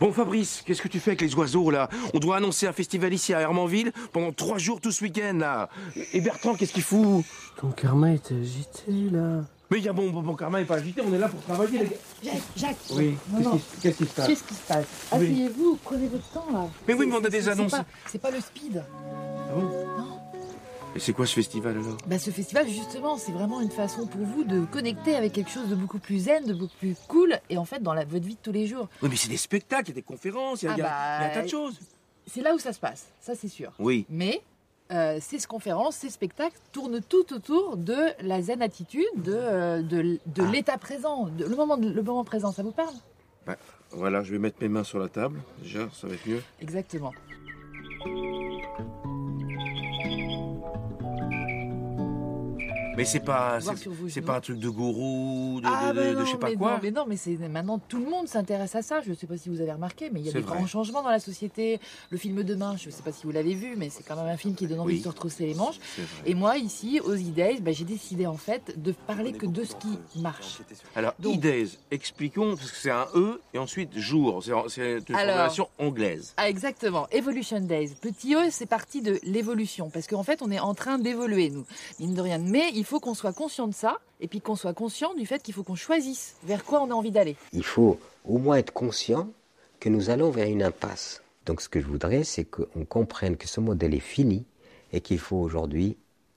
Bon Fabrice, qu'est-ce que tu fais avec les oiseaux là On doit annoncer un festival ici à Hermanville pendant trois jours tout ce week-end là. Et Bertrand, qu'est-ce qu'il fout Ton karma est agité là. Mais il y a bon, bon, bon karma est pas agité, on est là pour travailler les gars. Jacques, Jacques, Oui, Non, qu'est-ce non. qui- qu'est-ce qui se passe c'est ce qui se passe. Asseyez-vous, prenez votre temps là. Mais oui, mais on a C'est- des c'est- c'est annonces. pas- C'est pas le speed. Ah bon Et c'est quoi ce festival alors Bah, ce festival, justement, c'est vraiment une façon pour vous de connecter avec quelque chose de beaucoup plus zen, de beaucoup plus cool, et en fait, dans la, votre vie de tous les jours. Oui mais c'est des spectacles, il y a des conférences, il y a, Ah il y a- il y a un bah, tas de choses. C'est là où ça se passe, ça c'est sûr. Oui. Mais euh, ces conférences, ces spectacles tournent tout autour de la zen attitude, de, euh, de, l- de Ah. l'état présent, de- le, moment, le moment présent, ça vous parle Voilà, je vais mettre mes mains sur la table, déjà, ça va être mieux. Exactement. Mais c'est pas. Voir Ah, c'est- sur vos C'est genoux. pas un truc de gourou, de, Ah, de- bah de- de non, je sais pas mais quoi. non, mais non, mais c'est maintenant tout le monde s'intéresse à ça. Je ne sais pas si vous avez remarqué, mais il y a C'est des vrai. grands changements dans la société. Le film Demain, je ne sais pas si vous l'avez vu, mais c'est quand même un film qui donne envie Oui. de se retrousser les manches. C'est vrai. Et moi, ici, aux E-Days, bah, j'ai décidé en fait de parler On est que de beaucoup ce qui d'entre eux. marche. Alors, Donc- e-days, expliquons, parce que c'est un E et ensuite jour. C'est c'est une Alors- formulation anglaise. Ah, exactement. Evolution Days. Petit E, c'est parti de l'évolution. Parce qu'en fait, on est en train d'évoluer, nous. Mine de rien. Mais il faut qu'on soit conscient de ça. Et puis qu'on soit conscient du fait qu'il faut qu'on choisisse vers quoi on a envie d'aller. Il faut au moins être conscient que nous allons vers une impasse. Donc ce que je voudrais, c'est qu'on comprenne que ce modèle est fini et qu'il faut aujourd'hui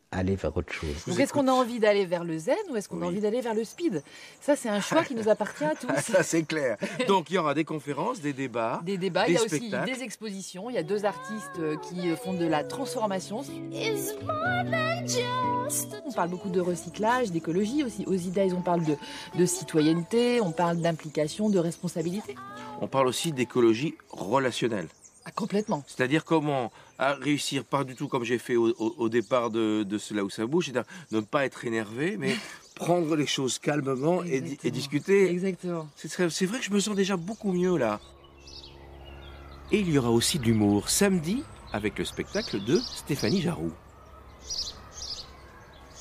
aller vers autre chose. Donc est-ce qu'on a envie d'aller vers le zen ou est-ce qu'on a Oui. envie d'aller vers le speed Ça, c'est un choix qui nous appartient à tous. Ça, c'est clair. Donc, il y aura des conférences, des débats. Des débats, Des il y a aussi spectacles. des expositions, il y a deux artistes euh, qui euh, font de la transformation. is more than just On parle beaucoup de recyclage, d'écologie aussi. Aux IDAIS, on parle de, de citoyenneté, on parle d'implication, de responsabilité. On parle aussi d'écologie relationnelle. Ah, complètement. C'est-à-dire comment à réussir, pas du tout comme j'ai fait au, au- au départ de, de cela où ça bouge, c'est-à-dire ne pas être énervé, mais prendre les choses calmement et, di- et Exactement. discuter. Exactement. C'est très- c'est vrai que je me sens déjà beaucoup mieux là. Et il y aura aussi de l'humour samedi avec le spectacle de Stéphanie Jaroux.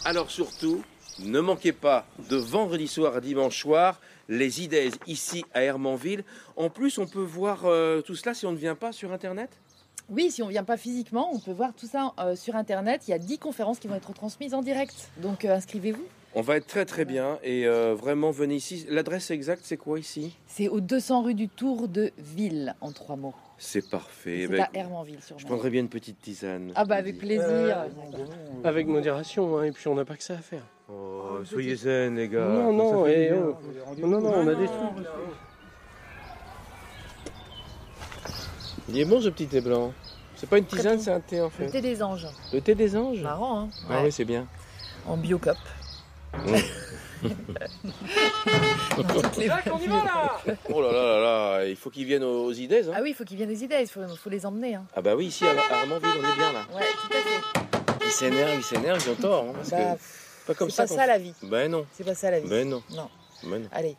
Alors surtout, ne manquez pas de vendredi soir à dimanche soir les idées ici à Hermanville. En plus, on peut voir euh, tout cela si on ne vient pas sur Internet. Oui, si on vient pas physiquement, on peut voir tout ça euh, sur Internet. Il y a 10 conférences qui vont être transmises en direct. Donc euh, inscrivez-vous. On va être très très bien et euh, vraiment venez ici. L'adresse exacte, c'est quoi ici C'est au 200 rue du Tour de Ville, en trois mots. C'est parfait. C'est Bah, à Hermanville, je sûrement. prendrais bien une petite tisane. Ah bah avec plaisir. Euh, Avec modération, hein, et puis on n'a pas que ça à faire. Oh, soyez zen les gars. non, non, eh, oh. non, non, on a des trucs. Il est bon ce petit thé blanc. C'est pas une tisane, bon. c'est un thé en Le fait. thé des anges. Le thé des anges Marrant, hein Ah oui, c'est bien. En biocop. Oh là là là là, il faut qu'ils viennent aux, aux idées. Hein. Ah oui, il faut qu'ils viennent des idées, il faut, faut les emmener. Hein. Ah bah oui, ici à à Armanville, on est bien là. Ouais, tout à fait. Ils s'énervent, ils s'énervent, ils ont tort. hein, parce Bah, que pas comme c'est pas qu'on- ça la vie. Ben non, C'est pas ça la vie. ben non. Non. Ben non. Allez,